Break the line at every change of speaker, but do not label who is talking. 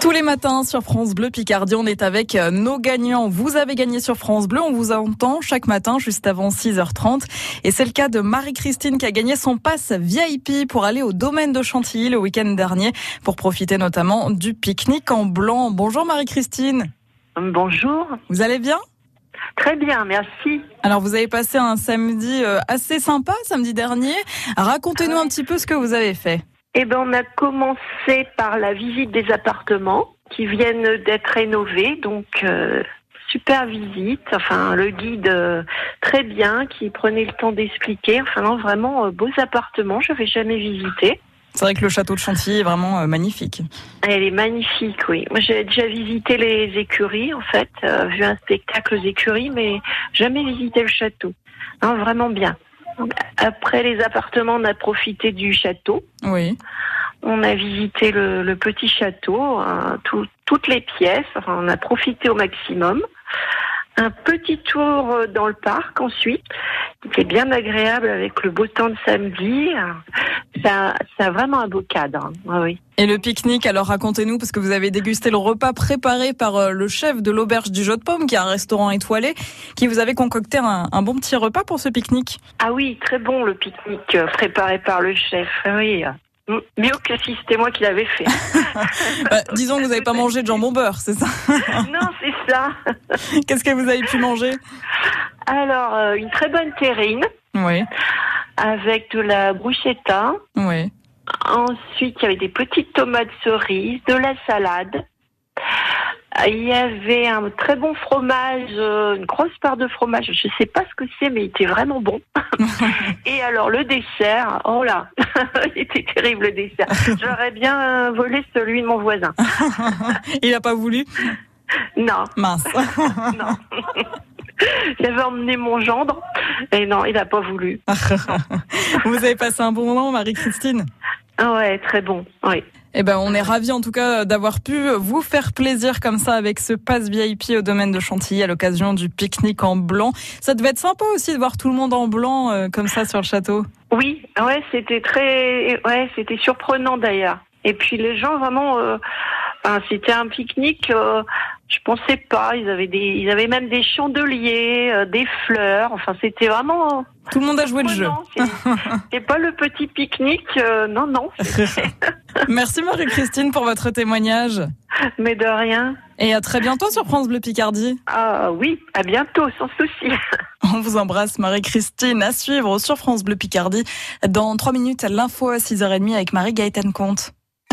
Tous les matins sur France Bleu Picardie, on est avec euh, nos gagnants. Vous avez gagné sur France Bleu, on vous entend chaque matin juste avant 6h30. Et c'est le cas de Marie-Christine qui a gagné son pass VIP pour aller au domaine de Chantilly le week-end dernier pour profiter notamment du pique-nique en blanc. Bonjour Marie-Christine.
Bonjour.
Vous allez bien
Très bien, merci.
Alors vous avez passé un samedi euh, assez sympa samedi dernier. Racontez-nous un petit peu ce que vous avez fait.
Eh ben, on a commencé par la visite des appartements qui viennent d'être rénovés, donc euh, super visite. Enfin, le guide euh, très bien qui prenait le temps d'expliquer. Enfin, non, vraiment euh, beaux appartements. Je n'avais jamais visité.
C'est vrai que le château de Chantilly est vraiment euh, magnifique.
Elle est magnifique, oui. Moi, j'ai déjà visité les écuries, en fait, euh, vu un spectacle aux écuries, mais jamais visité le château. Non, vraiment bien. Après les appartements, on a profité du château.
Oui.
On a visité le, le petit château, hein, tout, toutes les pièces. Enfin, on a profité au maximum. Un petit tour euh, dans le parc ensuite, qui était bien agréable avec le beau temps de samedi. Ça, ça a vraiment un beau cadre. Ah oui.
Et le pique-nique, alors racontez-nous, parce que vous avez dégusté le repas préparé par euh, le chef de l'auberge du Jeu de Pomme, qui est un restaurant étoilé, qui vous avait concocté un, un bon petit repas pour ce pique-nique.
Ah oui, très bon le pique-nique euh, préparé par le chef. Ah Oui. Mieux que si c'était moi qui l'avais fait.
Bah, disons que vous n'avez pas mangé de jambon beurre, c'est ça
non, c'est ça.
Qu'est-ce que vous avez pu manger
Alors, euh, une très bonne terrine
Oui,
avec de la bruschetta.
oui.
Ensuite, il y avait des petites tomates cerises, de la salade. Euh, Il y avait un très bon fromage, euh, une grosse part de fromage. Je ne sais pas ce que c'est, mais il était vraiment bon. Et alors le dessert, oh là, il était terrible le dessert. J'aurais bien euh, volé celui de mon voisin.
Il n'a pas voulu
Non,
Mince.
non. J'avais emmené mon gendre et non, il n'a pas voulu.
vous avez passé un bon moment, Marie-Christine
Ah ouais, très bon. Oui.
Eh ben, on est ravis en tout cas d'avoir pu vous faire plaisir comme ça avec ce pass VIP au domaine de Chantilly à l'occasion du pique-nique en blanc. Ça devait être sympa aussi de voir tout le monde en blanc euh, comme ça sur le château.
Oui, ouais, c'était très, ouais, c'était surprenant d'ailleurs. Et puis les gens vraiment, euh, ben, c'était un pique-nique. euh, je pensais pas. Ils avaient des, ils avaient même des chandeliers, euh, des fleurs. Enfin, c'était vraiment.
Tout le monde a joué le jeu.
surprenant. C'est- C'est pas le petit pique-nique. euh, non, non.
Merci Marie-Christine pour votre témoignage.
Mais de rien.
Et à très bientôt sur France Bleu Picardie.
Ah oui, à bientôt, sans souci.
On vous embrasse Marie-Christine. À suivre sur France Bleu Picardie dans 3 minutes l'info à 6h30 avec Marie-Gaëtan Comte.